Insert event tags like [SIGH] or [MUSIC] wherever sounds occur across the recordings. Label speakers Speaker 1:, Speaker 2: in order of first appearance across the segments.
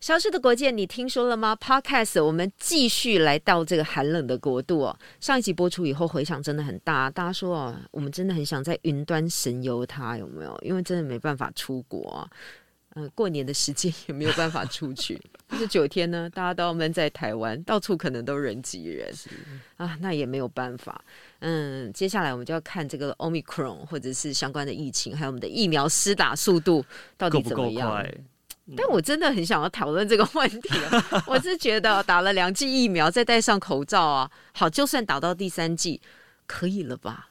Speaker 1: 消失的国界，你听说了吗？Podcast，我们继续来到这个寒冷的国度哦。上一集播出以后，回响真的很大，大家说哦，我们真的很想在云端神游它，有没有？因为真的没办法出国、啊，嗯、过年的时间也没有办法出
Speaker 2: [LAUGHS]
Speaker 1: 去。这九天呢，大家都要闷在台湾，到处可能都人挤人啊，那也没有办法。嗯，接下来我们就要看这个 Omicron 或者是相关的疫情，还有我们的疫苗施打速度到底
Speaker 2: 够不
Speaker 1: 怎么
Speaker 2: 够
Speaker 1: 样。
Speaker 2: 快？嗯
Speaker 1: 但我真的很想要讨论这个问题、
Speaker 2: [LAUGHS]
Speaker 1: 啊。我是觉得打了两剂疫苗，再戴上口罩啊，好，就算打到第三剂，可以了吧？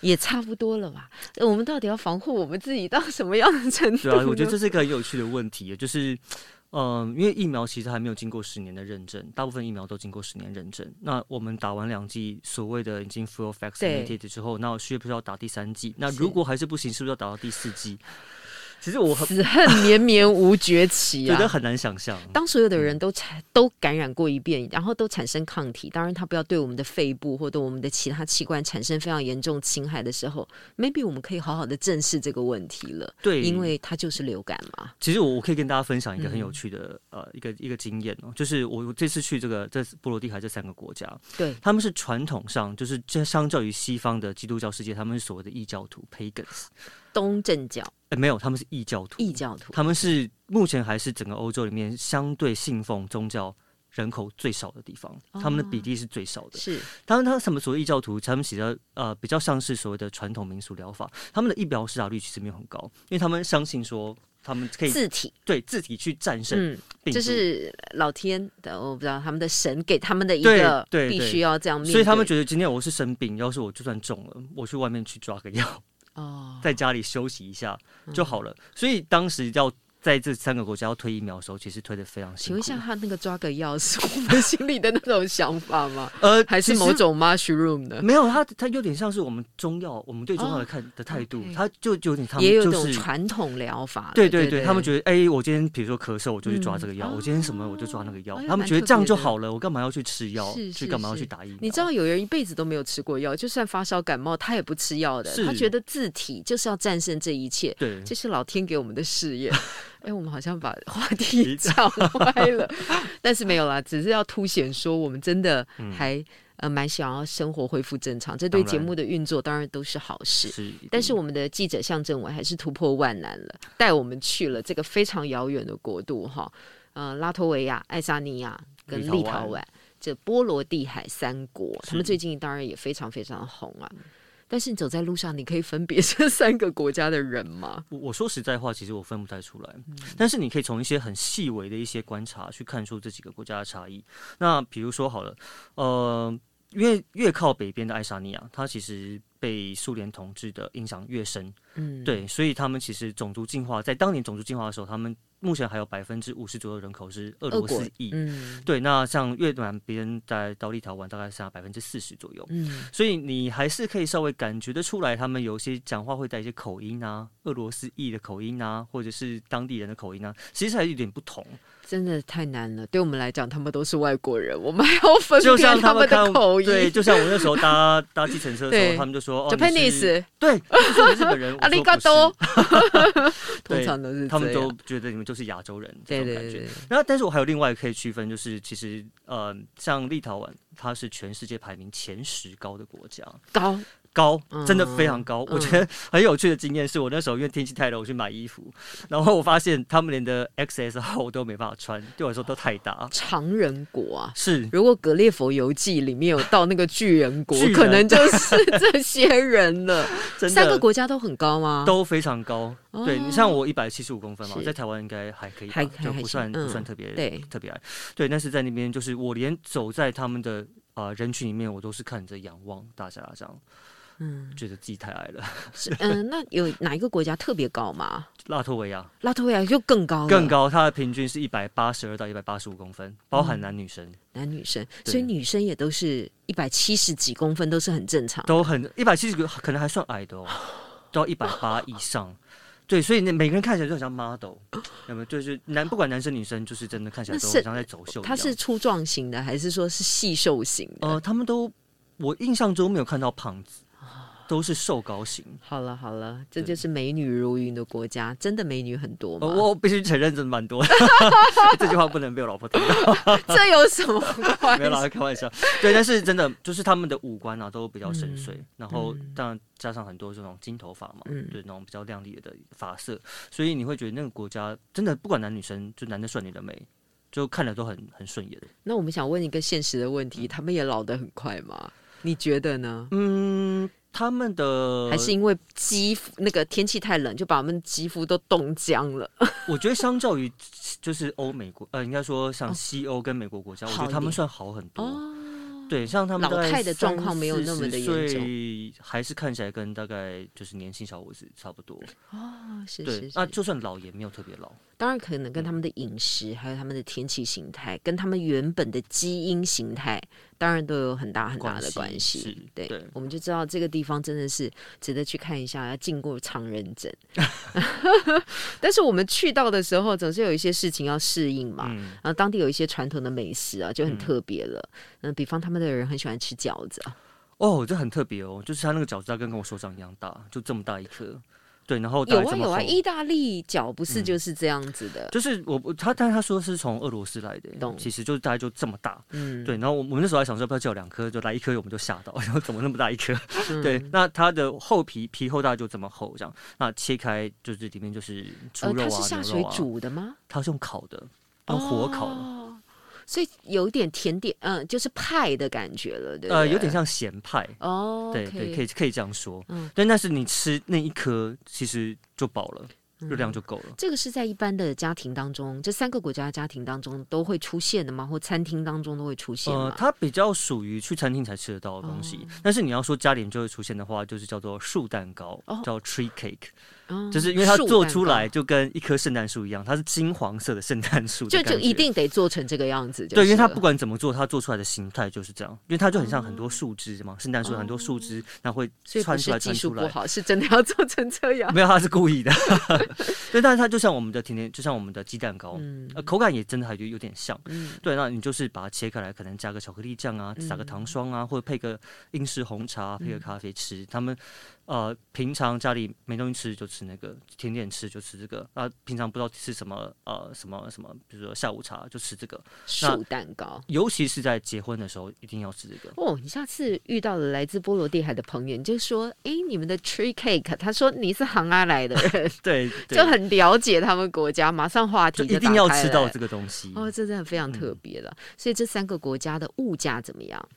Speaker 1: 也差不多了吧？呃我们到底要防护我们自己到什么样的程度
Speaker 2: 对
Speaker 1: 呢？ [LAUGHS]
Speaker 2: 啊，我觉得这是一个很有趣的问题，就是，嗯，因为疫苗其实还没有经过十年的认证，大部分疫苗都经过十年认证。那我们打完两剂所谓的已经 full
Speaker 1: 对
Speaker 2: vaccinated 之后，那需不需要打第三剂？那
Speaker 1: 是
Speaker 2: 如果还是不行，是不是要打到第四剂？其实我很
Speaker 1: 死恨绵绵无绝期
Speaker 2: 觉得
Speaker 1: 啊！
Speaker 2: 很难想象。
Speaker 1: 当所有的人都产都感染过一遍，然后都产生抗体，当然它不要对我们的肺部或对我们的其他器官产生非常严重侵害的时候，maybe 我们可以好好的正视这个问题了，
Speaker 2: 对，
Speaker 1: 因为它就是流感嘛。
Speaker 2: 其实我我可以跟大家分享一个很有
Speaker 1: 嗯
Speaker 2: 趣的、呃一个一个经验哦，就是我我这次去这个这次波罗的海这三个国家，
Speaker 1: 对
Speaker 2: 他们是传统上就是这相较于西方的基督教世界，他们是所谓的异教徒 pagans，
Speaker 1: 东正教、
Speaker 2: 呃没有，他们是异教徒，
Speaker 1: 异教徒，
Speaker 2: 他们是目前还是整个欧洲里面相对信奉宗教人口最少的地方，
Speaker 1: 哦
Speaker 2: 他们的比例是最少的。
Speaker 1: 是
Speaker 2: 当然，他们什么所谓异教徒，他们比较呃比较像是所谓的传统民俗疗法，他们的疫苗施打率其实没有很高，因为他们相信说他们可以
Speaker 1: 字体，
Speaker 2: 对自己去战胜
Speaker 1: 嗯，
Speaker 2: 病
Speaker 1: 这
Speaker 2: 毒。
Speaker 1: 是老天的，我不知道他们的神给他们的一
Speaker 2: 对
Speaker 1: 个
Speaker 2: 对
Speaker 1: 必
Speaker 2: 对
Speaker 1: 须要这样面对，
Speaker 2: 所以他们觉得今天我是生病，要是我就算中了，我去外面去抓个药，
Speaker 1: 哦，
Speaker 2: 在家里休息一下
Speaker 1: 嗯
Speaker 2: 就好了。所以当时要在这三个国家要推疫苗的时候，其实推的非常辛
Speaker 1: 请
Speaker 2: 苦。
Speaker 1: 问一下，他那个抓个药是我们心里的那种想法
Speaker 2: [LAUGHS]
Speaker 1: 吗？
Speaker 2: 呃，
Speaker 1: 还是
Speaker 2: 其实
Speaker 1: 某种 mushroom 呢？
Speaker 2: 没有，它它有点像是我们中药，我们对中药的看、的态度
Speaker 1: 哦 OK，
Speaker 2: 它就就有点他们
Speaker 1: 也有
Speaker 2: 就
Speaker 1: 这种
Speaker 2: 是
Speaker 1: 传统疗法的，
Speaker 2: 对
Speaker 1: 对
Speaker 2: 对对，他们觉得哎、我今天比如说咳嗽，我就去
Speaker 1: 嗯
Speaker 2: 抓这个药；
Speaker 1: 哦
Speaker 2: 我今天什么我就抓那个药，
Speaker 1: 哎呀
Speaker 2: 他们
Speaker 1: 蛮
Speaker 2: 觉得
Speaker 1: 特
Speaker 2: 这样
Speaker 1: 别
Speaker 2: 就
Speaker 1: 的
Speaker 2: 好了，我干嘛要去吃药？
Speaker 1: 是是
Speaker 2: 去干嘛要
Speaker 1: 是
Speaker 2: 去打疫苗？
Speaker 1: 嗯你知道有人一辈子都没有吃过药，就算发烧感冒，他也不吃药的。
Speaker 2: 是
Speaker 1: 他觉得自体就是要战胜这一切，
Speaker 2: 对
Speaker 1: 这是老天给我们的试验。哎，我们好像把话题讲歪了，但是没有啦，只是要凸显说我们真的还、呃蛮想要生活恢复正常，这对
Speaker 2: 当然嗯
Speaker 1: 节目的运作当然都是好事。
Speaker 2: 是，
Speaker 1: 但是我们的记者向正文还是突破万难了，带我们去了这个非常遥远的国度哈，呃，拉脱维亚、爱沙尼亚跟立
Speaker 2: 立
Speaker 1: 陶
Speaker 2: 陶
Speaker 1: 宛
Speaker 2: 宛
Speaker 1: 这波罗的海三国，他们
Speaker 2: 是
Speaker 1: 最近当然也非常非常红啊。但是你走在路上，你可以分别这三个国家的人吗？
Speaker 2: 我我说实在话，其实我分不太出来，
Speaker 1: 嗯
Speaker 2: 但是你可以从一些很细微的一些观察去看出这几个国家的差异。那比如说好了，呃，因为越靠北边的爱沙尼亚，它其实被苏联统治的影响越深，
Speaker 1: 嗯，
Speaker 2: 对，所以他们其实种族进化，在当年种族进化的时候，他们目前还有百分之五十左右人口是俄
Speaker 1: 俄
Speaker 2: 罗
Speaker 1: 国
Speaker 2: 斯裔，
Speaker 1: 嗯
Speaker 2: 对，那像越南边在到立陶宛大概剩下百分之四十左右，
Speaker 1: 嗯，
Speaker 2: 所以你还是可以稍微感觉得出来，他们有些讲话会带一些口音啊，俄罗斯裔的口音啊，或者是当地人的口音啊，其实还有点不
Speaker 1: [LAUGHS]
Speaker 2: 同。
Speaker 1: 真的太难了。对我们来讲，他们都是外国人，我们还要分
Speaker 2: 就
Speaker 1: 辨
Speaker 2: 像
Speaker 1: 他
Speaker 2: 们
Speaker 1: 的
Speaker 2: 看
Speaker 1: 口音。
Speaker 2: 对，就像我那时候
Speaker 1: [LAUGHS]
Speaker 2: 搭搭计程车的时
Speaker 1: 对
Speaker 2: 候，他们就说哦你是
Speaker 1: Japanese，
Speaker 2: 对，你是日本人，
Speaker 1: 阿 [LAUGHS]
Speaker 2: 我
Speaker 1: 里
Speaker 2: 说
Speaker 1: 嘎
Speaker 2: 不是
Speaker 1: 多，通
Speaker 2: [LAUGHS] 对
Speaker 1: 常都是
Speaker 2: 他们
Speaker 1: 这样
Speaker 2: 都觉得你们就是亚洲人这
Speaker 1: 对
Speaker 2: 种
Speaker 1: 对
Speaker 2: 感
Speaker 1: 对
Speaker 2: 觉。
Speaker 1: 对，
Speaker 2: 然后，但是我还有另外可以区分，就是其实呃，像立陶宛，它是全世界排名前十高的国家。
Speaker 1: 高
Speaker 2: 高
Speaker 1: 嗯，
Speaker 2: 真的非常高。我觉得很有趣的经验是我那时候因为天气太冷，我去买衣服，然后我发现他们连的 XS 号我都没办法穿，对我来说都太大。
Speaker 1: 常人国啊。
Speaker 2: 是，
Speaker 1: 如果《格列佛游记》里面有到那个巨人国，
Speaker 2: 巨人
Speaker 1: 可能就是这些人了。
Speaker 2: [LAUGHS] 真
Speaker 1: 三个
Speaker 2: 的
Speaker 1: 国家都很高吗？
Speaker 2: 都非常高。
Speaker 1: 啊哦
Speaker 2: 对你像我一百七十五公分嘛，
Speaker 1: 是
Speaker 2: 在台湾应该还可以吧，
Speaker 1: 还还
Speaker 2: 就
Speaker 1: 还行
Speaker 2: 不算不
Speaker 1: 嗯
Speaker 2: 算特别
Speaker 1: 对
Speaker 2: 特别矮。对，但是在那边就是我连走在他们的啊人群里面，我都是看着仰望大家这样，
Speaker 1: 嗯
Speaker 2: 觉得自己太矮了。 [LAUGHS]
Speaker 1: 是嗯、那有哪一个国家特别高吗？
Speaker 2: 拉脱维亚
Speaker 1: 拉脱维亚就更高了，
Speaker 2: 更高，它的平均是一百八十二到一百八十五公分，包
Speaker 1: 嗯
Speaker 2: 含男女生。
Speaker 1: 男女生，
Speaker 2: 对
Speaker 1: 所以女生也都是一百七十几公分，都是很正常。
Speaker 2: 都很一百七十个，可能还算矮的哦，都要一百八以
Speaker 1: [LAUGHS]
Speaker 2: 上。对，所以那每个人看起来都很像 model，那么就是男不管男生女生，就是真的看起来
Speaker 1: 那
Speaker 2: 都
Speaker 1: 是
Speaker 2: 很像在走秀一样。
Speaker 1: 它是粗壮型
Speaker 2: 哦
Speaker 1: 的，还是说是细瘦型的？
Speaker 2: 呃，他们都我印象中没有看到胖子，都是瘦高型。
Speaker 1: 好了好了，这就是美女如云的国家，真的美女很多吗？
Speaker 2: 呃我我必须承认，真的蛮多的。这句话不能被我老婆听到，
Speaker 1: [LAUGHS] 这有什么
Speaker 2: [LAUGHS]
Speaker 1: 关
Speaker 2: 没有啦，
Speaker 1: 系？
Speaker 2: 开玩笑。对，但是真的就是他们的五官啊都比较深邃，然后当然加上很多这种金头发嘛，
Speaker 1: 嗯
Speaker 2: 对，那种比较亮丽的发色，所以你会觉得那个国家真的不管男女生，就男的帅，女的美，就看了都很很顺眼。
Speaker 1: 那我们想问一个现实的问题：他们也老得很快吗？你觉得呢？
Speaker 2: 嗯，他们的
Speaker 1: 还是因为肌肤那个天气太冷，就把我们肌肤都冻僵了？
Speaker 2: 我觉得相较于就是欧美国，呃，应该说
Speaker 1: 哦
Speaker 2: 像西欧跟美国国家，我觉
Speaker 1: 好
Speaker 2: 得
Speaker 1: 一
Speaker 2: 他们
Speaker 1: 点
Speaker 2: 算好很多。
Speaker 1: 哦，
Speaker 2: 对，像他们
Speaker 1: 老
Speaker 2: 大概
Speaker 1: 态的状况没有那
Speaker 2: 30
Speaker 1: 么的严重
Speaker 2: 岁还是看起来跟大概就是年轻小伙子差不多。
Speaker 1: 哦 [LAUGHS] 是
Speaker 2: 对啊
Speaker 1: 是，是
Speaker 2: 那。就算老也没有特别老。
Speaker 1: 当然可能跟他们的饮食，还有他们的天气形态，跟他们原本的基因形态，当然都有很大很大的关
Speaker 2: 关系
Speaker 1: 系
Speaker 2: 是。
Speaker 1: 对，
Speaker 2: 对
Speaker 1: 我们就知道这个地方真的是值得去看一下，要经过常人
Speaker 2: [LAUGHS]
Speaker 1: 诊。但是我们去到的时候，总是有一些事情要适应嘛。
Speaker 2: 嗯，
Speaker 1: 然后当地有一些传统的美食啊，就很特别了。嗯，比方他们的人很喜欢吃饺子啊，
Speaker 2: 哦，这很特别哦，就是他那个饺子大概跟我手掌一样大，就这么大一颗。对，然后大概
Speaker 1: 有啊
Speaker 2: 这么
Speaker 1: 有啊，
Speaker 2: 厚
Speaker 1: 意大利饺不是
Speaker 2: 嗯
Speaker 1: 就是这样子的。
Speaker 2: 就是我不他，但他说是从俄罗斯来的
Speaker 1: 懂，
Speaker 2: 其实就大概就这么大。
Speaker 1: 嗯，
Speaker 2: 对，然后我们那时候还想说，不要叫两颗，就来一颗，我们就吓到，然 [LAUGHS] 后怎么那么大一颗？
Speaker 1: 嗯
Speaker 2: [LAUGHS] 对，那它的厚皮皮厚大概就这么厚，这样，那切开就是里面就是
Speaker 1: 呃，
Speaker 2: 猪肉
Speaker 1: 它
Speaker 2: 啊、
Speaker 1: 是下
Speaker 2: 牛
Speaker 1: 水
Speaker 2: 肉啊，
Speaker 1: 煮的吗？
Speaker 2: 它是用烤的，用火烤的，
Speaker 1: 哦，所以有一点甜点，嗯、就是派的感觉了，对不对？
Speaker 2: 呃，有点像咸派，
Speaker 1: 哦，
Speaker 2: 对对，可
Speaker 1: 以，
Speaker 2: 以可以这样说。
Speaker 1: 嗯
Speaker 2: 但但是你吃那一颗，其实就饱了，热量就够了。
Speaker 1: 嗯这个是在一般的家庭当中，这三个国家的家庭当中都会出现的吗？或餐厅当中都会出现
Speaker 2: 呃
Speaker 1: 吗，？
Speaker 2: 它比较属于去餐厅才吃得到的东
Speaker 1: 哦
Speaker 2: 西，但是你要说家里面就会出现的话，就是叫做树蛋糕，
Speaker 1: 哦
Speaker 2: 叫 tree cake。
Speaker 1: 哦
Speaker 2: 就是因为它
Speaker 1: 树
Speaker 2: 做
Speaker 1: 蛋
Speaker 2: 出
Speaker 1: 糕
Speaker 2: 来就跟一棵圣诞树一样，它是金黄色的圣诞树的
Speaker 1: 就
Speaker 2: 感觉，
Speaker 1: 就一定得做成这个样子，
Speaker 2: 对，因为它
Speaker 1: 就是
Speaker 2: 不管怎么做，它做出来的形态就是这样，因为它就很像很多树枝嘛，圣诞树很多树枝，然后会
Speaker 1: 所以
Speaker 2: 穿
Speaker 1: 不
Speaker 2: 出来
Speaker 1: 是
Speaker 2: 穿
Speaker 1: 技术
Speaker 2: 出
Speaker 1: 不
Speaker 2: 来。
Speaker 1: 好，是真的要做成这
Speaker 2: [LAUGHS]
Speaker 1: [LAUGHS] 样。
Speaker 2: 没有，它是故意的。对，但是它就像我们的甜甜，就像我们的鸡蛋糕，
Speaker 1: 嗯
Speaker 2: 呃，口感也真的还有有点像。
Speaker 1: 嗯
Speaker 2: 对，那你就是把它切开来，可能加个巧克力酱啊，撒个糖霜啊，或者配个英式红茶，
Speaker 1: 嗯
Speaker 2: 配个咖啡吃。他们呃，平常家里没东西吃就吃那个，甜点吃就吃这个啊。平常不知道吃什么呃什么什么，比如说下午茶就吃这个，
Speaker 1: 树蛋糕。
Speaker 2: 尤其是在结婚的时候一定要吃这
Speaker 1: [LAUGHS]
Speaker 2: 个。
Speaker 1: 哦，你下次遇到了来自波罗的海的朋友，你就说：“诶，你们的 tree cake。”他说：“你是杭阿来的人。”
Speaker 2: 对，对
Speaker 1: 就很了解他们国家，马上话题
Speaker 2: 就
Speaker 1: 就
Speaker 2: 一定要
Speaker 1: 打开
Speaker 2: 吃到
Speaker 1: 来
Speaker 2: 这个东西。
Speaker 1: 哦，这真的非
Speaker 2: 嗯
Speaker 1: 常特别了。所以这三个国家的物价怎么样？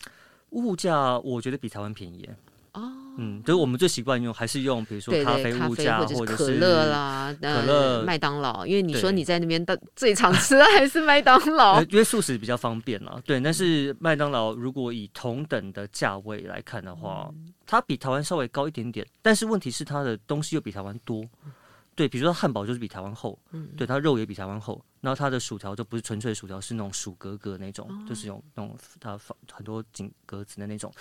Speaker 2: 物价我觉得比台湾便宜。
Speaker 1: 哦，
Speaker 2: 嗯，就是我们最习惯用还是用比如说
Speaker 1: 对
Speaker 2: 咖
Speaker 1: 对，
Speaker 2: 啡
Speaker 1: 咖
Speaker 2: 物
Speaker 1: 啡
Speaker 2: 价
Speaker 1: 者
Speaker 2: 或者
Speaker 1: 可
Speaker 2: 是
Speaker 1: 乐啦，呃
Speaker 2: 可乐
Speaker 1: 麦当劳，因为你
Speaker 2: 对
Speaker 1: 说你在那边的最常吃的还是麦当劳
Speaker 2: 呃，因为素食比较方便啦，对。但是麦当劳如果以同等的价位来看的话，
Speaker 1: 嗯
Speaker 2: 它比台湾稍微高一点点，但是问题是它的东西又比台湾多。
Speaker 1: 嗯
Speaker 2: 对，比如说汉堡就是比台湾厚，对，它肉也比台湾厚，然后它的薯条就不是纯粹薯条，是那种薯格格那种，
Speaker 1: 哦
Speaker 2: 就是有那种它放很多紧格子的那种，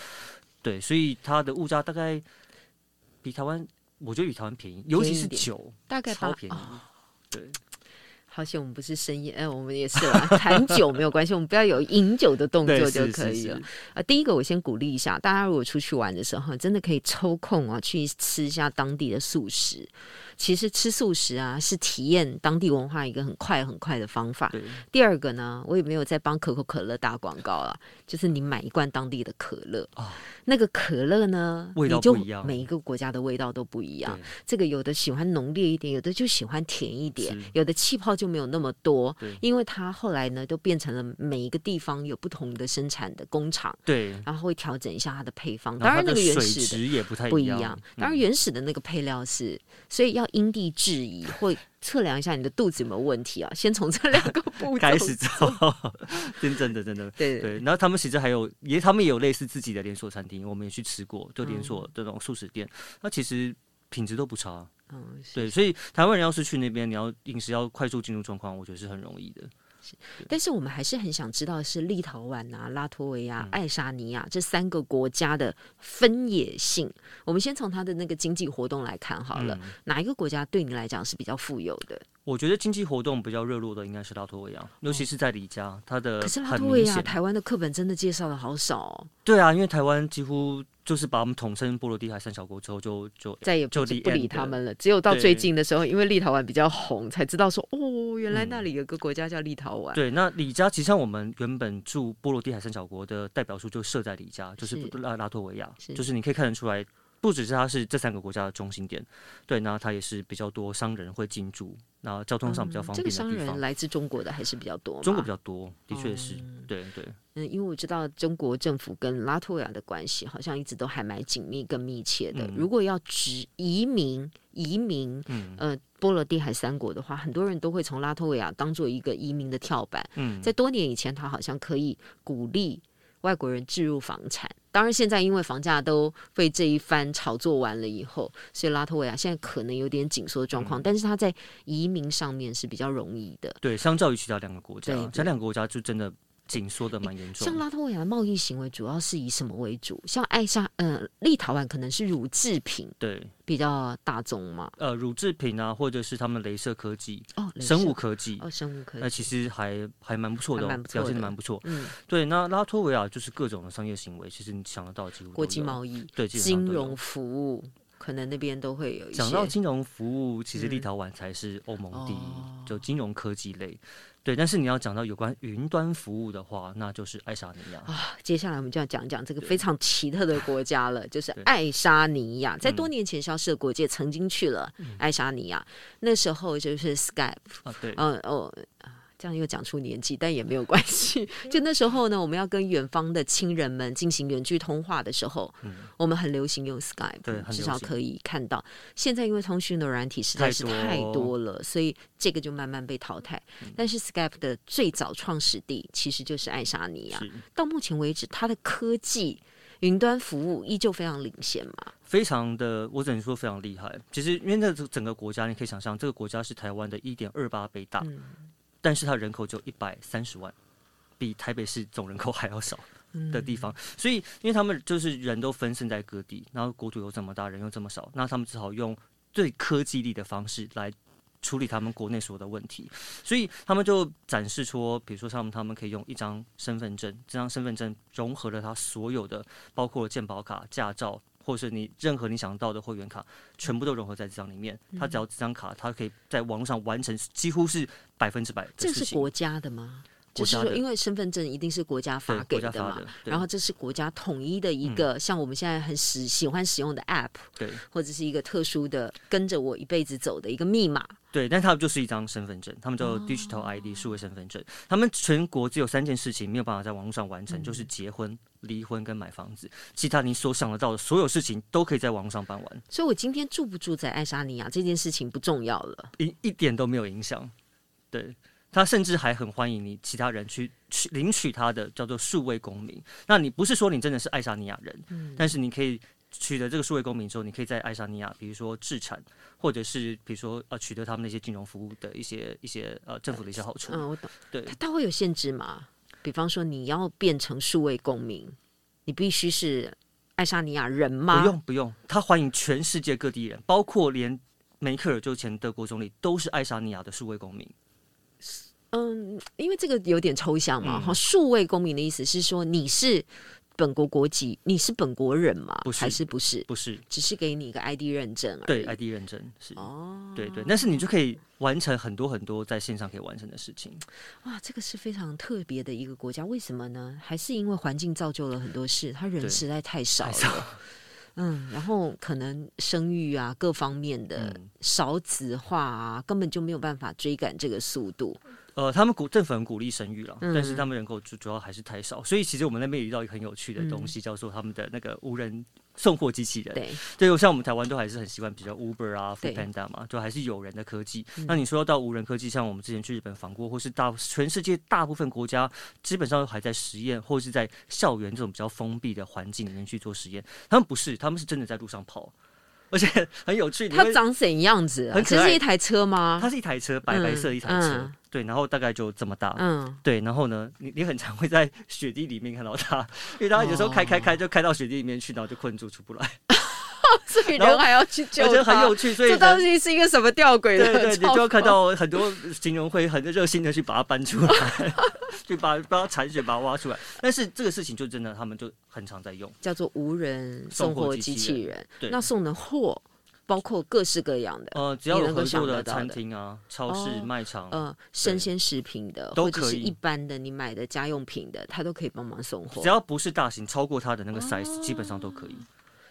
Speaker 2: 对，所以它的物价大概比台湾，我觉得比台湾便宜，尤其
Speaker 1: 便宜一
Speaker 2: 是
Speaker 1: 点
Speaker 2: 酒，
Speaker 1: [LAUGHS] 大概
Speaker 2: 超
Speaker 1: 八。
Speaker 2: 便宜，对。
Speaker 1: 好险我们不是深夜，哎、我们也是啦， [LAUGHS] 谈酒没有关系，我们不要有饮酒的动
Speaker 2: 对
Speaker 1: 作哦就是可
Speaker 2: 是
Speaker 1: 以了
Speaker 2: 是。
Speaker 1: 啊，第一个我先鼓励一下大家，如果出去玩的时候，真的可以抽空啊去吃一下当地的素食。其实吃素食啊，是体验当地文化一个很快很快的方法。
Speaker 2: 对，
Speaker 1: 第二个呢，我也没有在帮可口可乐打广告啊，就是你买一罐当地的可乐
Speaker 2: 啊
Speaker 1: 那个可乐呢，
Speaker 2: 味道
Speaker 1: 你就
Speaker 2: 不一样
Speaker 1: 每一个国家的味道都不一样。
Speaker 2: 对
Speaker 1: 这个有的喜欢浓烈一点，有的就喜欢甜一点
Speaker 2: 是，
Speaker 1: 有的气泡就没有那么多
Speaker 2: 对。
Speaker 1: 因为它后来呢，都变成了每一个地方有不同的生产的工厂，
Speaker 2: 对，
Speaker 1: 然后会调整一下它的配方。
Speaker 2: 然
Speaker 1: 当
Speaker 2: 后
Speaker 1: 然，
Speaker 2: 它
Speaker 1: 那
Speaker 2: 的
Speaker 1: 个原
Speaker 2: 水
Speaker 1: 始的
Speaker 2: 质也不太
Speaker 1: 不
Speaker 2: 一
Speaker 1: 一样，当然
Speaker 2: 嗯
Speaker 1: 原始的那个配料是，所以要因地制宜，或测量一下你的肚子有没有问题啊。先从这两个步骤
Speaker 2: 开始做， [LAUGHS] 真真的真的。
Speaker 1: [LAUGHS] 对
Speaker 2: 对，然后他们其实还有也，他们也有类似自己的连锁餐厅，我们也去吃过，就连锁这种素食店，那其实品质都不差。啊
Speaker 1: 嗯，是
Speaker 2: 对，所以台湾人要是去那边，你要饮食要快速进入状况，我觉得是很容易的。
Speaker 1: 但是我们还是很想知道的是立陶宛啊、拉脱维亚、爱沙尼亚这三个国家的分野性。我们先从它的那个经济活动来看好
Speaker 2: 嗯
Speaker 1: 了，哪一个国家对你来讲是比较富有的？
Speaker 2: 我觉得经济活动比较热络的应该是拉脱维亚，尤其是在里加，它的
Speaker 1: 哦可是拉
Speaker 2: 呃很
Speaker 1: 脱维
Speaker 2: 明
Speaker 1: 亚、
Speaker 2: 显。
Speaker 1: 台湾的课本真的介绍的好少、哦。
Speaker 2: 对啊，因为台湾几乎就是把我们统称波罗的海三小国之后就，就
Speaker 1: 再也不
Speaker 2: 就 the
Speaker 1: 不理
Speaker 2: end
Speaker 1: 他
Speaker 2: 了
Speaker 1: 们了。只有到
Speaker 2: 对
Speaker 1: 最近的时候，因为立陶宛比较红，才知道说哦，原来那里有个国家叫立陶宛。
Speaker 2: 嗯对。那李家其实像我们原本驻波罗的海三小国的代表处就设在李家，就是
Speaker 1: 是
Speaker 2: 拉拉脱维亚，
Speaker 1: 是
Speaker 2: 就是你可以看得出来。不只是它是这三个国家的中心点，对，那它也是比较多商人会进驻，那交通上比较方
Speaker 1: 嗯这
Speaker 2: 便
Speaker 1: 个
Speaker 2: 的
Speaker 1: 商
Speaker 2: 地方。
Speaker 1: 人来自中国的还是比较多嘛。
Speaker 2: 中国比较多，的确是，对对。
Speaker 1: 嗯，因为我知道中国政府跟拉脱维亚的关系好像一直都还蛮紧密、更密切的。
Speaker 2: 嗯
Speaker 1: 如果要指移民、移民，
Speaker 2: 嗯
Speaker 1: 呃，波罗的海三国的话，很多人都会从拉脱维亚当做一个移民的跳板。
Speaker 2: 嗯，
Speaker 1: 在多年以前，它好像可以鼓励外国人置入房产。当然，现在因为房价都被这一番炒作完了以后，所以拉脱维亚现在可能有点紧缩的状
Speaker 2: 嗯
Speaker 1: 况，但是它在移民上面是比较容易的。
Speaker 2: 对，相较于其他两个国家
Speaker 1: 对，
Speaker 2: 其他两个国家就真的紧缩的蛮严重
Speaker 1: 像
Speaker 2: 的。
Speaker 1: 拉脱维亚的贸易行为主要是以什么为主？像爱沙，嗯、立陶宛可能是乳制品
Speaker 2: 对，
Speaker 1: 比较大众嘛，
Speaker 2: 呃，乳制品啊，或者是他们镭射科技、
Speaker 1: 哦，镭射
Speaker 2: 生物科技，呃
Speaker 1: 哦，生物科技，
Speaker 2: 那其实还还蛮不错的哦
Speaker 1: 还蛮不，错
Speaker 2: 表现
Speaker 1: 的
Speaker 2: 的蛮不错。
Speaker 1: 嗯，
Speaker 2: 对，那拉脱维亚就是各种的商业行为，其实你想得到几乎都
Speaker 1: 国际
Speaker 2: 有
Speaker 1: 贸易、
Speaker 2: 对基本上
Speaker 1: 金
Speaker 2: 都有
Speaker 1: 融服务，可能那边都会有一
Speaker 2: 讲到
Speaker 1: 些。嗯
Speaker 2: 金融服务，其实立陶宛才是欧盟第一，
Speaker 1: 哦
Speaker 2: 就金融科技类。对，但是你要讲到有关云端服务的话，那就是爱沙尼亚。
Speaker 1: 接下来我们就要讲一讲这个非常奇特的国家
Speaker 2: [LAUGHS]
Speaker 1: 了，就是
Speaker 2: 对嗯
Speaker 1: 爱沙尼亚。在多年前消失的国界曾经去了爱沙尼亚，那时候就是 Skype
Speaker 2: 啊，嗯对，
Speaker 1: 嗯哦，啊这样又讲出年纪，但也没有关
Speaker 2: [LAUGHS]
Speaker 1: 系。就那时候呢，我们要跟远方的亲人们进行远距通话的时候，我们很流行用 Skype，
Speaker 2: 嗯对很流行
Speaker 1: 至少可以看到。现在因为通讯的软体实在是太
Speaker 2: 太多嗯
Speaker 1: 多了，所以这个就慢慢被淘汰。但是 Skype 的最早创始地其实就是爱沙尼亚，
Speaker 2: 是
Speaker 1: 到目前为止，它的科技。云端服务依旧非常领先嘛，
Speaker 2: 非常的，我只能说非常厉害。其实因为那整个国家，你可以想象，这个国家是台湾的一点二八倍大，
Speaker 1: 嗯
Speaker 2: 但是它人口只有一百三十万，比台北市总人口还要少
Speaker 1: 嗯
Speaker 2: 的地方。所以，因为他们就是人都分散在各地，然后国土又这么大，人又这么少，那他们只好用最科技力的方式来。处理他们国内所有的问题，所以他们就展示出，比如说像他们可以用一张身份证，这张身份证融合了他所有的包括健保卡、驾照，或是你任何你想到的会员卡，全部都融合在这张里面。
Speaker 1: 嗯
Speaker 2: 它只要这张卡，它可以在网络上完成几乎是百分之百的
Speaker 1: 这
Speaker 2: 事
Speaker 1: 是
Speaker 2: 情。
Speaker 1: 国家的吗？就
Speaker 2: 国
Speaker 1: 是
Speaker 2: 家的
Speaker 1: 说，因为身份证一定是国家
Speaker 2: 对
Speaker 1: 发给
Speaker 2: 国家
Speaker 1: 的
Speaker 2: 发
Speaker 1: 嘛，
Speaker 2: 的，对嗯
Speaker 1: 然后这是国家统一的一个，像我们现在很使喜欢使用的 App，
Speaker 2: 对
Speaker 1: 或者是一个特殊的跟着我一辈子走的一个密码。
Speaker 2: 对，但它就是一张身份证，他们叫 digital ID 数位身份证。他们全国只有三件事情没有办法在网络上完成，就是结婚、离婚跟买房子，其他你所想得到的所有事情都可以在网络上办完，
Speaker 1: 所以我今天住不住在爱沙尼亚这件事情不重要了，
Speaker 2: 一一点都没有影响。对。他甚至还很欢迎你其他人去去领取他的叫做数位公民。那你不是说你真的是爱沙尼亚人，但是你可以取得这个数位公民之后，你可以在爱沙尼亚，比如说制产，或者是比如说呃取得他们那些金融服务的一些一些呃政府的一些好处。
Speaker 1: 嗯，我懂。
Speaker 2: 对
Speaker 1: 它它会有限制吗？比方说你要变成数位公民，你必须是爱沙尼亚人
Speaker 2: 不
Speaker 1: 吗？
Speaker 2: 用不用，他欢迎全世界各地人，包括连梅克尔就前德国总理都是爱沙尼亚的数位公民。
Speaker 1: 嗯，因为这个有点抽象嘛。
Speaker 2: 嗯
Speaker 1: 哈、数位公民的意思是说你是本国国籍，你是本国人吗？
Speaker 2: 不是
Speaker 1: 还是不是？
Speaker 2: 不是，
Speaker 1: 只是给你一个 ID 认证而
Speaker 2: 对
Speaker 1: 已。
Speaker 2: ID 认证是，
Speaker 1: 哦，
Speaker 2: 对对，但是你就可以完成很多很多在线上可以完成的事情。
Speaker 1: 哇，这个是非常特别的一个国家，为什么呢？还是因为环境造就了很多事，他人
Speaker 2: 对
Speaker 1: 实在太少
Speaker 2: 太
Speaker 1: 了。嗯，然后可能生育啊，各方面的
Speaker 2: 嗯
Speaker 1: 少子化啊，根本就没有办法追赶这个速度。
Speaker 2: 呃，他们鼓政府很鼓励生育了，
Speaker 1: 嗯
Speaker 2: 但是他们人口主主要还是太少，所以其实我们那边也遇到一个很有趣的东
Speaker 1: 嗯
Speaker 2: 西，叫做他们的那个无人送货机器人。
Speaker 1: 对，
Speaker 2: 对，像我们台湾都还是很习惯，比较 Uber 啊、
Speaker 1: 对嗯
Speaker 2: Food Panda 嘛，就还是有人的科技。那你说要到无人科技，像我们之前去日本访过，或是大全世界大部分国家，基本上都还在实验，或是在校园这种比较封闭的环境里面去做实验。他们不是，他们是真的在路上跑，而且很有趣。你
Speaker 1: 它
Speaker 2: 会
Speaker 1: 长怎样子、啊？
Speaker 2: 很可
Speaker 1: 这是
Speaker 2: 爱
Speaker 1: 一台车吗？
Speaker 2: 它是一台车，白白色的一台车，
Speaker 1: 嗯嗯
Speaker 2: 对，然后大概就这么大， [LAUGHS]
Speaker 1: 嗯，
Speaker 2: 对，然后呢，你你很常会在
Speaker 1: 哦
Speaker 2: 雪地里面看到它，因为它有时候开开开就开到雪地里面去，然后就困住出不来。
Speaker 1: 所以人还要去救
Speaker 2: 而且很
Speaker 1: 他
Speaker 2: 有趣，所以
Speaker 1: 这
Speaker 2: 人
Speaker 1: 到底是一个什么吊诡
Speaker 2: 对
Speaker 1: 的？ [LAUGHS]
Speaker 2: 对，你就要看。到很多形容会很热心的去把它搬
Speaker 1: [LAUGHS]
Speaker 2: 出来， [LAUGHS] 去把把它铲雪，把它挖出来。但是这个事情就真的，他们就很常在用。
Speaker 1: 叫做无人送
Speaker 2: 送货
Speaker 1: 货
Speaker 2: 机
Speaker 1: 机
Speaker 2: 器
Speaker 1: 器人。
Speaker 2: 对
Speaker 1: 那送的货包括各式各样的，
Speaker 2: 呃，只要
Speaker 1: 你
Speaker 2: 有
Speaker 1: 能够
Speaker 2: 合
Speaker 1: 想
Speaker 2: 作
Speaker 1: 得
Speaker 2: 的
Speaker 1: 到
Speaker 2: 餐
Speaker 1: 的
Speaker 2: 厅啊、超市、
Speaker 1: 哦
Speaker 2: 卖场，
Speaker 1: 呃，生鲜食品的，
Speaker 2: 都
Speaker 1: 或者
Speaker 2: 可
Speaker 1: 是
Speaker 2: 以
Speaker 1: 一般的你买的家用品的，它都可以帮忙送货
Speaker 2: 只。要不是大型超过它的
Speaker 1: 哦
Speaker 2: 那个 size，、基本上都可以。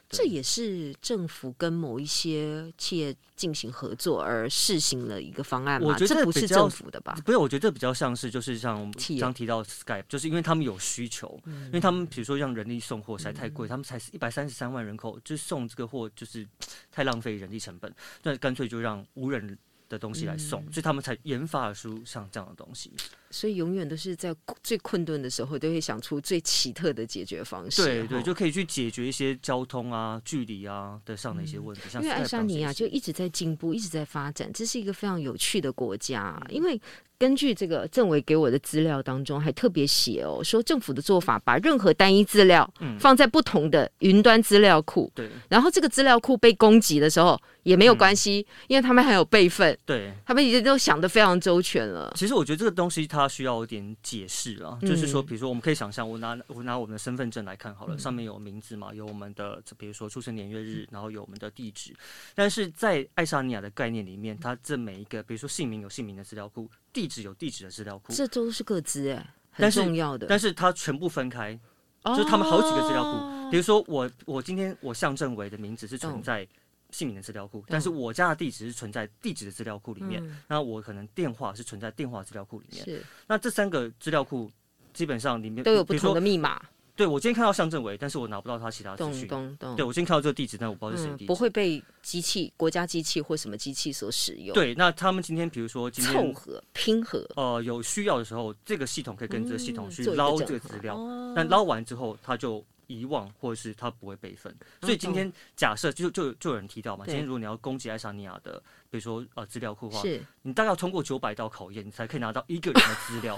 Speaker 1: 这也是政府跟某一些企业进行合作而试行的一个方案
Speaker 2: 我
Speaker 1: 嘛？
Speaker 2: 觉得
Speaker 1: 这不
Speaker 2: 比
Speaker 1: 是
Speaker 2: 较
Speaker 1: 政府的吧？
Speaker 2: 不是，我觉得这比较像是就是像我们
Speaker 1: 啊企业
Speaker 2: 刚提到 Skype，就是因为他们有需求，嗯
Speaker 1: 嗯
Speaker 2: 因为他们比如说让人力送货实在太贵，他们才一百三十三万人口，就送这个货就是太浪费人力成本，那干脆就让无人。的东西来送，
Speaker 1: 嗯
Speaker 2: 所以他们才研发出像这样的东西。
Speaker 1: 所以永远都是在最困顿的时候，都会想出最奇特的解决方式。
Speaker 2: 对对，
Speaker 1: 哈
Speaker 2: 就可以去解决一些交通啊、距离啊的上的一些问题。像
Speaker 1: 嗯因为
Speaker 2: Skype
Speaker 1: 爱沙
Speaker 2: 上
Speaker 1: 尼亚
Speaker 2: 这
Speaker 1: 啊就
Speaker 2: 些
Speaker 1: 一直在进步，一直在发展，这是一个非常有趣的国家。
Speaker 2: 嗯
Speaker 1: 因为根据这个政委给我的资料当中，还特别写哦，说政府的做法把任何单一资料
Speaker 2: 嗯
Speaker 1: 放在不同的云端资料库，
Speaker 2: 对
Speaker 1: 然后这个资料库被攻击的时候也没有关系，
Speaker 2: 嗯
Speaker 1: 因为他们还有备份，
Speaker 2: 对，
Speaker 1: 他们已经都想得非常周全了。
Speaker 2: 其实我觉得这个东西它需要有点解释啊，就是说，
Speaker 1: 嗯
Speaker 2: 比如说我们可以想象，我拿我拿我们的身份证来看好了，上面有名字嘛，有我们的比如说出生年月
Speaker 1: 嗯
Speaker 2: 日，然后有我们的地址。但是在爱沙尼亚的概念里面，它这每一个，比如说姓名有姓名的资料库，地址有地址的资料库，
Speaker 1: 这都是各资哎，很
Speaker 2: 嗯但是
Speaker 1: 重要的。
Speaker 2: 但是它全部分开，就是他们好几个资料
Speaker 1: 哦
Speaker 2: 库。
Speaker 1: 嗯
Speaker 2: 比如说我我今天我向政委的名字是存
Speaker 1: 懂
Speaker 2: 在姓名的资料
Speaker 1: 嗯
Speaker 2: 库，但是我家的地址是存在地址的资料库里面，那我可能电话是存在电话资料库里面。
Speaker 1: 是
Speaker 2: 那这三个资料库基本上里面
Speaker 1: 都有不
Speaker 2: 比如
Speaker 1: 同
Speaker 2: 说
Speaker 1: 的密码，
Speaker 2: 对我今天看到向政委，但是我拿不到他其他资
Speaker 1: 咚
Speaker 2: 讯。
Speaker 1: 咚咚。
Speaker 2: 对我今天看到这个地址，但我不知道是谁的
Speaker 1: 嗯
Speaker 2: 地，址。
Speaker 1: 不会被机器、国家机器或什么机器所使用。，
Speaker 2: 对，那他们今天比如说今
Speaker 1: 凑
Speaker 2: 天
Speaker 1: 合、拼合，
Speaker 2: 呃有需要的时候，这个系统可以跟这个系统
Speaker 1: 嗯
Speaker 2: 去
Speaker 1: 做一个
Speaker 2: 捞
Speaker 1: 整
Speaker 2: 这个资
Speaker 1: 合哦
Speaker 2: 料，但捞完之后他就。遗忘，或者是他不会备份，所以今天假设就就就有人提到嘛，
Speaker 1: 对
Speaker 2: 今天如果你要攻击爱沙尼亚的，比如说呃资料库的话，
Speaker 1: 是
Speaker 2: 你大概要通过九百道考验，你才可以拿到一个人的资料，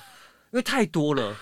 Speaker 2: 因为太
Speaker 1: [LAUGHS]
Speaker 2: 多了。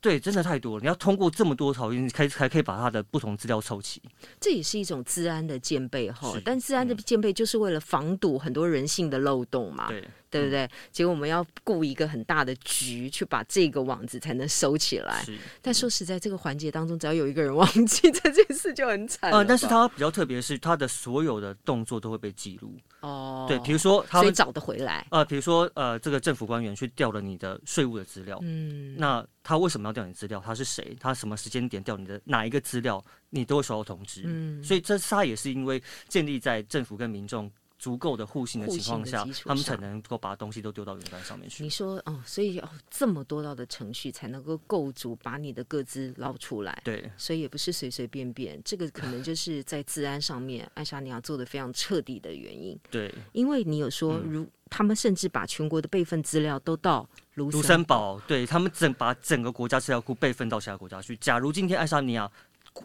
Speaker 2: 对，真的太多了。你要通过这么多考验，你才才可以把他的不同资料凑齐。
Speaker 1: 这也是一种治安的建备哈
Speaker 2: 是。
Speaker 1: 但治安的
Speaker 2: 嗯
Speaker 1: 建备就是为了防堵很多人性的漏洞嘛，
Speaker 2: 对，嗯
Speaker 1: 对不对？结果我们要布一个很大的局，去把这个网子才能收起来。
Speaker 2: 是。嗯
Speaker 1: 但说实在，这个环节当中，只要有一个人忘记这件事，就很惨了吧。
Speaker 2: 呃，但是他比较特别是，他的所有的动作都会被记录。
Speaker 1: 哦，
Speaker 2: 对，比如说他
Speaker 1: 所以
Speaker 2: 们
Speaker 1: 找得回来。
Speaker 2: 呃，比如说呃，这个政府官员去调了你的税务的资料，
Speaker 1: 嗯，
Speaker 2: 那他为什么要调你资料？他是谁？他什么时间点调你的哪一个资料？你都会收到通知。
Speaker 1: 嗯
Speaker 2: 所以这是他也是因为建立在政府跟民众足够的互信的
Speaker 1: 互
Speaker 2: 情况
Speaker 1: 信的
Speaker 2: 下
Speaker 1: 基，础
Speaker 2: 他们才
Speaker 1: 上
Speaker 2: 能够把东西都丢到云端上面去
Speaker 1: 你。说哦，所以哦，这么多道的程序才能够构筑把你的各自捞出来。
Speaker 2: 对，
Speaker 1: 所以也不是随随便便，这个可能就是在治安上面，爱沙尼亚做的非常彻底的原因。
Speaker 2: 对，
Speaker 1: 因为你有说，如他们甚至把全国的备份资料都到卢
Speaker 2: 卢森堡，对他们整把整个国家资料库备份到其他国家去。假如今天爱沙尼亚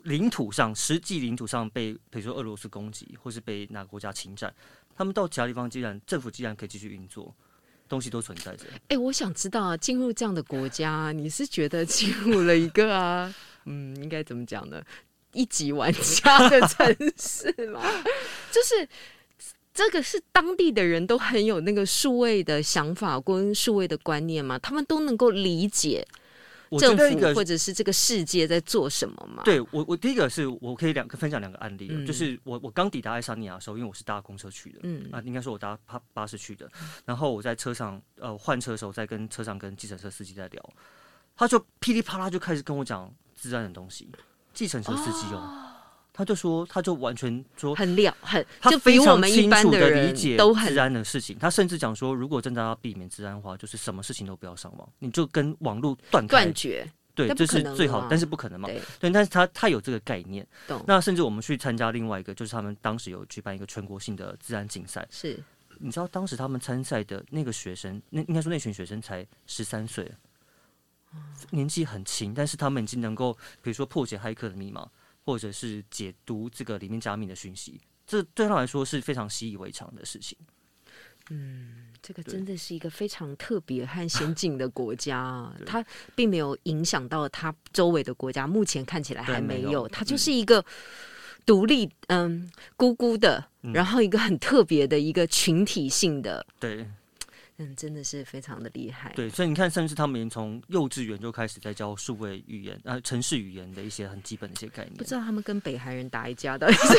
Speaker 2: 领土上实际领土上被，比如说俄罗斯攻击，或是被哪个国家侵占，他们到其他地方，既然政府既然可以继续运作，东西都存在着。
Speaker 1: 哎，我想知道啊，进入这样的国家，你是觉得进入了一个啊，嗯，应该怎么讲呢？一级玩家的城市嘛， [LAUGHS] 就是这个是当地的人都很有那个数位的想法跟数位的观念嘛，他们都能够理解
Speaker 2: 我觉
Speaker 1: 政
Speaker 2: 得一
Speaker 1: 府
Speaker 2: 个
Speaker 1: 或者是这个世界在做什么嘛。
Speaker 2: 对我，我第一个是我可以两个分享两个案例哦，
Speaker 1: 啊嗯
Speaker 2: 就是我我刚抵达爱沙尼亚的时候，因为我是搭公车去的，
Speaker 1: 嗯
Speaker 2: 啊，应该说我搭巴巴士去的，然后我在车上呃换车的时候，在跟车上跟计程车司机在聊，他就噼里啪啦就开始跟我讲治安的东西，计程车司机哦，他就说他就完全说。
Speaker 1: 很了很，
Speaker 2: 他
Speaker 1: 就
Speaker 2: 非
Speaker 1: 比我
Speaker 2: 常
Speaker 1: 们一
Speaker 2: 清
Speaker 1: 般
Speaker 2: 楚地理
Speaker 1: 人
Speaker 2: 解
Speaker 1: 都很
Speaker 2: 治安的事情，他甚至讲说，如果真的要避免治安的话，就是什么事情都不要上网，你就跟网络断开
Speaker 1: 断，绝，
Speaker 2: 对，
Speaker 1: 那不
Speaker 2: 这
Speaker 1: 可
Speaker 2: 是
Speaker 1: 能
Speaker 2: 最
Speaker 1: 的
Speaker 2: 好
Speaker 1: 嘛，
Speaker 2: 但是不可能嘛，
Speaker 1: 对，
Speaker 2: 对，但是他他有这个概念。
Speaker 1: 懂
Speaker 2: 那甚至我们去参加另外一个，就是他们当时有举办一个全国性的自然竞赛。
Speaker 1: 是
Speaker 2: 你知道当时他们参赛的那个学生，那应该说那群学生才十三岁，
Speaker 1: 哦
Speaker 2: 年纪很轻，但是他们已经能够，比如说破解骇客的密码，或者是解读这个里面加密的讯息，这对他来说是非常习以为常的事情。
Speaker 1: 这个
Speaker 2: 对
Speaker 1: 真的是一个非常特别和先进的国家
Speaker 2: [LAUGHS]
Speaker 1: 啊，它并没有影响到它周围的国家，目前看起来还
Speaker 2: 对没
Speaker 1: 没
Speaker 2: 有嗯
Speaker 1: 有，它就是一个独立，嗯，孤孤的，
Speaker 2: 嗯
Speaker 1: 然后一个很特别的一个群体性的，
Speaker 2: 对
Speaker 1: 嗯，真的是非常的厉害。
Speaker 2: 对，所以你看，甚至他们已经从幼稚园就开始在教数位语言，呃，城市语言的一些很基本的一些概念
Speaker 1: 不。知道他们跟北韩人打一架到底是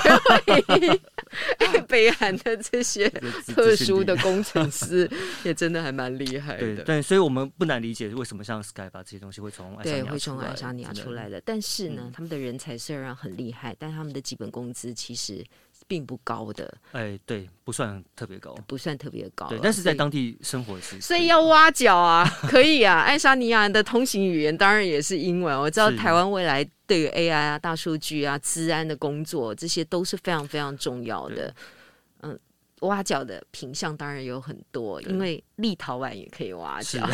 Speaker 1: 为
Speaker 2: [LAUGHS]
Speaker 1: 哎北韩的这些 [LAUGHS]
Speaker 2: 这个资
Speaker 1: 特
Speaker 2: 资讯
Speaker 1: 殊
Speaker 2: 力 [LAUGHS]
Speaker 1: 的工程师也真的还蛮厉害
Speaker 2: 对
Speaker 1: 的。
Speaker 2: 对，所以我们不难理解为什么像 Skype 啊这些东西会从爱沙尼
Speaker 1: 对，
Speaker 2: 亚
Speaker 1: 会从
Speaker 2: 来
Speaker 1: 爱沙尼亚
Speaker 2: 真的
Speaker 1: 出来的，但是呢
Speaker 2: 嗯，
Speaker 1: 他们的人才虽然很厉害，但他们的基本工资其实并不高的，
Speaker 2: 哎，对，不算特别高，
Speaker 1: 不算特别高
Speaker 2: 对
Speaker 1: 了。，
Speaker 2: 但是
Speaker 1: 哦所
Speaker 2: 在
Speaker 1: 以
Speaker 2: 当地生活是，
Speaker 1: 所以要挖角啊， [LAUGHS] 可以啊。爱沙尼亚人的通行语言当然也是英文。我知道
Speaker 2: 是
Speaker 1: 台湾未来对于 AI 啊、大数据啊、治安的工作，这些都是非常非常重要的
Speaker 2: 对。
Speaker 1: 嗯，挖角的品相当然有很多，
Speaker 2: 对
Speaker 1: 因为立陶宛也可以挖
Speaker 2: 是
Speaker 1: 角。，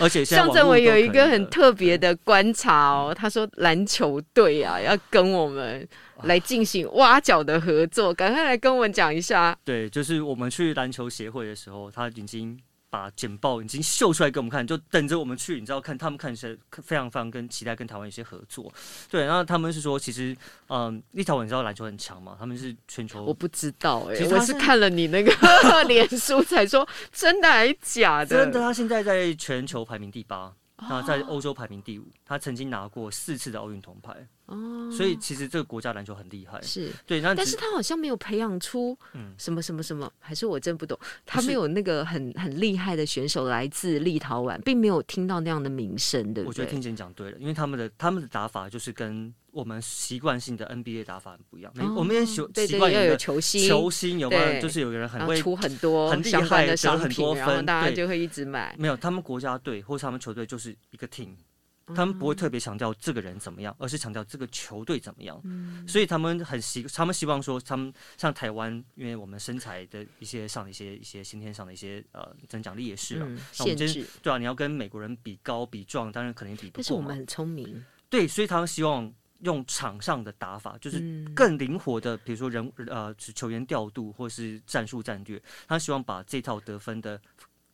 Speaker 2: 而且现在
Speaker 1: 像
Speaker 2: 网
Speaker 1: 政
Speaker 2: 络
Speaker 1: 委
Speaker 2: 都
Speaker 1: 有
Speaker 2: 可
Speaker 1: 一
Speaker 2: 以
Speaker 1: 个
Speaker 2: 了嗯
Speaker 1: 很特别的观察哦，他说篮球队啊要跟我们来进行挖角的合作，赶快来跟我们讲一下。
Speaker 2: 对，就是我们去篮球协会的时候，他已经把简报已经秀出来给我们看，就等着我们去，你知道看他们看是非常非常跟期待跟台湾有些合作。对，然后他们是说，其实嗯，立陶宛你知道篮球很强嘛，他们是全
Speaker 1: 我
Speaker 2: 球。
Speaker 1: 不知道哎、
Speaker 2: 哦其实
Speaker 1: 我
Speaker 2: 他
Speaker 1: 是
Speaker 2: 是
Speaker 1: 看了你那个
Speaker 2: [LAUGHS]
Speaker 1: 脸书才说真的还假的？
Speaker 2: 啊
Speaker 1: 哦
Speaker 2: 真的，他现在在全球排名第八，那在欧洲排名第五。他曾经拿过四次的奥运铜牌，
Speaker 1: 哦，
Speaker 2: 所以其实这个国家篮球很厉害。
Speaker 1: 是，
Speaker 2: 对，那
Speaker 1: 但
Speaker 2: 只
Speaker 1: 是他好像没有培养出
Speaker 2: 嗯
Speaker 1: 什么什么什么，还是我真不懂，他
Speaker 2: 是
Speaker 1: 没有那个很很厉害的选手来自立陶宛，并没有听到那样的名声，对不
Speaker 2: 我觉得
Speaker 1: 对
Speaker 2: 听？姐讲对了，因为他们的他们的打法就是跟我们习惯性的 NBA 打法很不一样。美我们也习
Speaker 1: 哦对
Speaker 2: 习
Speaker 1: 对
Speaker 2: 惯
Speaker 1: 要
Speaker 2: 有一
Speaker 1: 有
Speaker 2: 个
Speaker 1: 球星，
Speaker 2: 球星有没
Speaker 1: 对啊
Speaker 2: 有？就是有个人很
Speaker 1: 然后
Speaker 2: 会
Speaker 1: 出很多
Speaker 2: 很厉
Speaker 1: 相关
Speaker 2: 害
Speaker 1: 的
Speaker 2: 得
Speaker 1: 商
Speaker 2: 很
Speaker 1: 品，
Speaker 2: 多
Speaker 1: 然后
Speaker 2: 分
Speaker 1: 大家
Speaker 2: 对
Speaker 1: 就会一直买。
Speaker 2: 没有，他们国家队或是他们球队就是一个 team，他
Speaker 1: 嗯
Speaker 2: 们不会特别强调这个人怎么样，而是强调这个球队怎么样。
Speaker 1: 嗯
Speaker 2: 所以他们很希，他们希望说，他们像台湾，因为我们身材的一些上的一些一些先天上的一些呃增长力也是啊。
Speaker 1: 嗯，
Speaker 2: 那
Speaker 1: 限
Speaker 2: 我们今
Speaker 1: 制
Speaker 2: 天。对啊，你要跟美国人比高比壮，当然肯定比不
Speaker 1: 但是我
Speaker 2: 过
Speaker 1: 们
Speaker 2: 嘛。
Speaker 1: 很聪明，
Speaker 2: 对，所以他们希望用场上的打法，就是
Speaker 1: 嗯，
Speaker 2: 更灵活的，比如说人呃球员调度或是战术战略，他希望把这套得分的，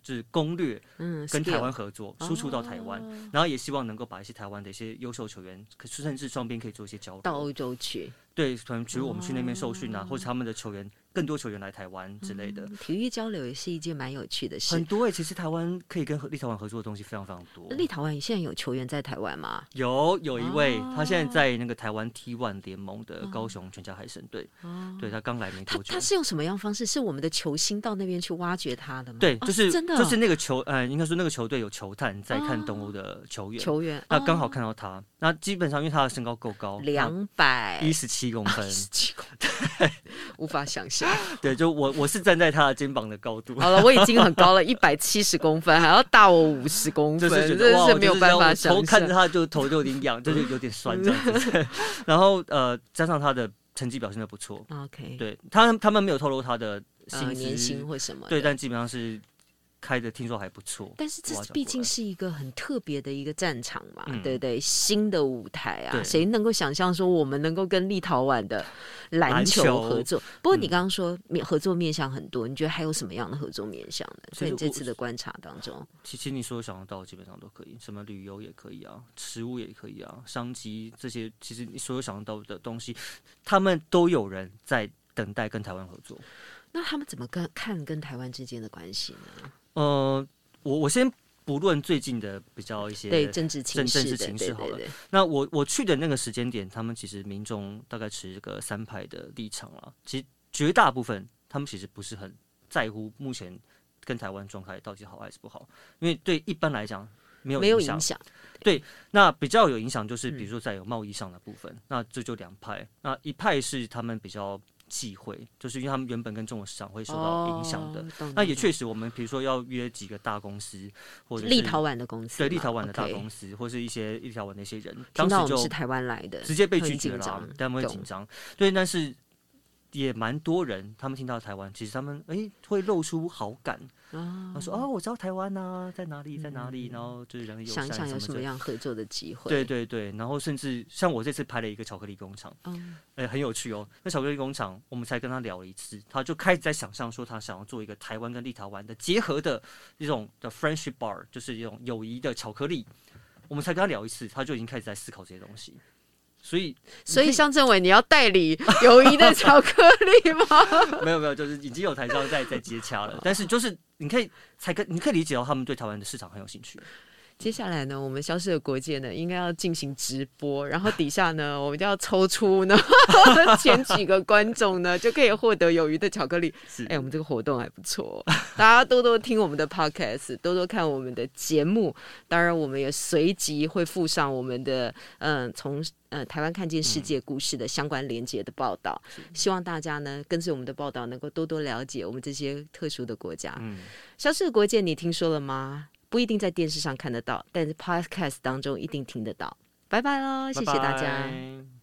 Speaker 2: 就是攻略
Speaker 1: 嗯
Speaker 2: 跟台
Speaker 1: skill
Speaker 2: 湾合作，输出到台湾，
Speaker 1: 哦
Speaker 2: 然后也希望能够把一些台湾的一些优秀球员，可甚至双边可以做一些交
Speaker 1: 到
Speaker 2: 流。
Speaker 1: 欧洲去
Speaker 2: 对，可能比如我们去那边受训啊，或者他们的球员更多球员来台湾之类的，
Speaker 1: 哦嗯体育交流也是一件蛮有趣的
Speaker 2: 很
Speaker 1: 事。
Speaker 2: 多欸诶、其实台湾可以跟立陶宛合作的东西非常非常多。
Speaker 1: 呃立陶宛现在有球员在台湾吗？
Speaker 2: 有有一位，他现
Speaker 1: 哦嗯
Speaker 2: 在在那个台湾 T1 联盟的高雄全家海参队，
Speaker 1: 哦，
Speaker 2: 对他刚来没
Speaker 1: 他
Speaker 2: 多久
Speaker 1: 他。是用什么样方式？是我们的球星到那边去挖掘他的吗？
Speaker 2: 对，
Speaker 1: 哦
Speaker 2: 就是、
Speaker 1: 真的哦哦
Speaker 2: 就是那个球，呃，应该说那个球队有球探在看东欧的球员，
Speaker 1: 球员，
Speaker 2: 那刚好
Speaker 1: 哦
Speaker 2: 看到他，那基本上因为他的身高够高，
Speaker 1: 两百
Speaker 2: 一十七公分，
Speaker 1: 七公分， [LAUGHS] 无法想象。
Speaker 2: 对，就我我是站在他的肩膀的高度，
Speaker 1: 好了，我已经很高了，一百七十公分，还要大我五十公
Speaker 2: 就
Speaker 1: 分，
Speaker 2: 是觉
Speaker 1: 真
Speaker 2: 得
Speaker 1: 的
Speaker 2: 哇，我
Speaker 1: 是
Speaker 2: 就
Speaker 1: 没有
Speaker 2: 这
Speaker 1: 办
Speaker 2: 样
Speaker 1: 法
Speaker 2: 我头
Speaker 1: 想
Speaker 2: 看着
Speaker 1: 象。
Speaker 2: 他就头就有点痒，就是有点酸这样
Speaker 1: [LAUGHS]
Speaker 2: 子，然后呃，加上他的成绩表现的不错，
Speaker 1: OK，，
Speaker 2: 对他他们没有透露他的
Speaker 1: 呃，
Speaker 2: 薪
Speaker 1: 年薪
Speaker 2: 资，
Speaker 1: 或什么的，
Speaker 2: 对，但基本上是开的，听说还不错，
Speaker 1: 但是这
Speaker 2: 挖角
Speaker 1: 毕
Speaker 2: 过
Speaker 1: 竟
Speaker 2: 来
Speaker 1: 是一个很特别的一个战场嘛，
Speaker 2: 嗯
Speaker 1: 对不对？新的舞台啊，
Speaker 2: 对
Speaker 1: 谁能够想象说我们能够跟立陶宛的篮
Speaker 2: 篮
Speaker 1: 球
Speaker 2: 球
Speaker 1: 合作？不过你
Speaker 2: 嗯
Speaker 1: 刚刚说面合作面向很多，你觉得还有什么样的合作面向呢？
Speaker 2: 其
Speaker 1: 在
Speaker 2: 实
Speaker 1: 你这
Speaker 2: 我
Speaker 1: 次的观察当中，
Speaker 2: 其其实你所想得到基本上都可以，什么旅游也可以啊，食物也可以啊，商机这些，其实你所有想得到的东西，他们都有人在等待跟台湾合作。
Speaker 1: 那他们怎么跟看跟台湾之间的关系呢？
Speaker 2: 呃，我我先不论最近的比较一些
Speaker 1: 对政治情
Speaker 2: 政政
Speaker 1: 势
Speaker 2: 治
Speaker 1: 的，
Speaker 2: 情
Speaker 1: 对
Speaker 2: 势好
Speaker 1: 对
Speaker 2: 了
Speaker 1: 对，
Speaker 2: 那我我去的那个时间点，他们其实民众大概持个三派的立场啦。其实绝大部分他们其实不是很在乎目前跟台湾状态到底好还是不好，因为对一般来讲没有
Speaker 1: 没有
Speaker 2: 响
Speaker 1: 影。响。
Speaker 2: 那比较有影响就是，
Speaker 1: 嗯
Speaker 2: 比如说在有贸易上的部分，那这就两派。那一派是他们比较忌讳，就是因为他们原本跟中国市场会受到影响的。
Speaker 1: 哦懂
Speaker 2: 那也
Speaker 1: 懂
Speaker 2: 确实，我们比如说要约几个大公司，或者是
Speaker 1: 立陶宛的公司嘛，
Speaker 2: 对立陶宛的大
Speaker 1: OK
Speaker 2: 公司，或是一些立陶宛的一些人，
Speaker 1: 听
Speaker 2: 当
Speaker 1: 到我
Speaker 2: 时
Speaker 1: 们是
Speaker 2: 就
Speaker 1: 台湾来的，
Speaker 2: 直接被拒
Speaker 1: 很
Speaker 2: 绝
Speaker 1: 紧
Speaker 2: 了啊
Speaker 1: 张，
Speaker 2: 他们会
Speaker 1: 懂
Speaker 2: 紧张。对，但是也蛮多人，他们听到台湾，其实他们诶会露出好感，
Speaker 1: 啊
Speaker 2: 他说哦，我知道台湾呐，在哪里，在哪里，然后就是人很友
Speaker 1: 嗯想
Speaker 2: 善，
Speaker 1: 一想有什
Speaker 2: 什
Speaker 1: 么
Speaker 2: 么的。
Speaker 1: 样合作的机会？
Speaker 2: 对对对，然后甚至像我这次拍了一个巧克力工厂，
Speaker 1: 嗯，
Speaker 2: 哎、很有趣哦。那巧克力工厂，我们才跟他聊了一次，他就开始在想象说，他想要做一个台湾跟立陶宛的结合的一种的 friendship bar，就是一种友谊的巧克力。我们才跟他聊一次，他就已经开始在思考这些东西。所以
Speaker 1: 所以向政委，你要代理友谊的巧克力吗？
Speaker 2: 没有没有，就是已经有台商在在接洽了，但是就是你可以才可你可以理解到他们对台湾的市场很有兴趣。
Speaker 1: [LAUGHS] 接下来呢，我们消失的国界呢，应该要进行直播，然后底下呢，我们就要抽出呢 [LAUGHS] 前几个观众呢，就可以获得有余的巧克力。
Speaker 2: 是
Speaker 1: 哎、我们这个活动还不错，哦大家多多听我们的 podcast，多多看我们的节目。当然，我们也随即会附上我们的嗯，从呃台湾看见世界故事的相关连接的报道。希望大家呢，跟随我们的报道，能够多多了解我们这些特殊的国家。
Speaker 2: 嗯，
Speaker 1: 消失的国界，你听说了吗？不一定在电视上看得到，但是 Podcast 当中一定听得到。拜拜喽，谢谢大家。
Speaker 2: 拜拜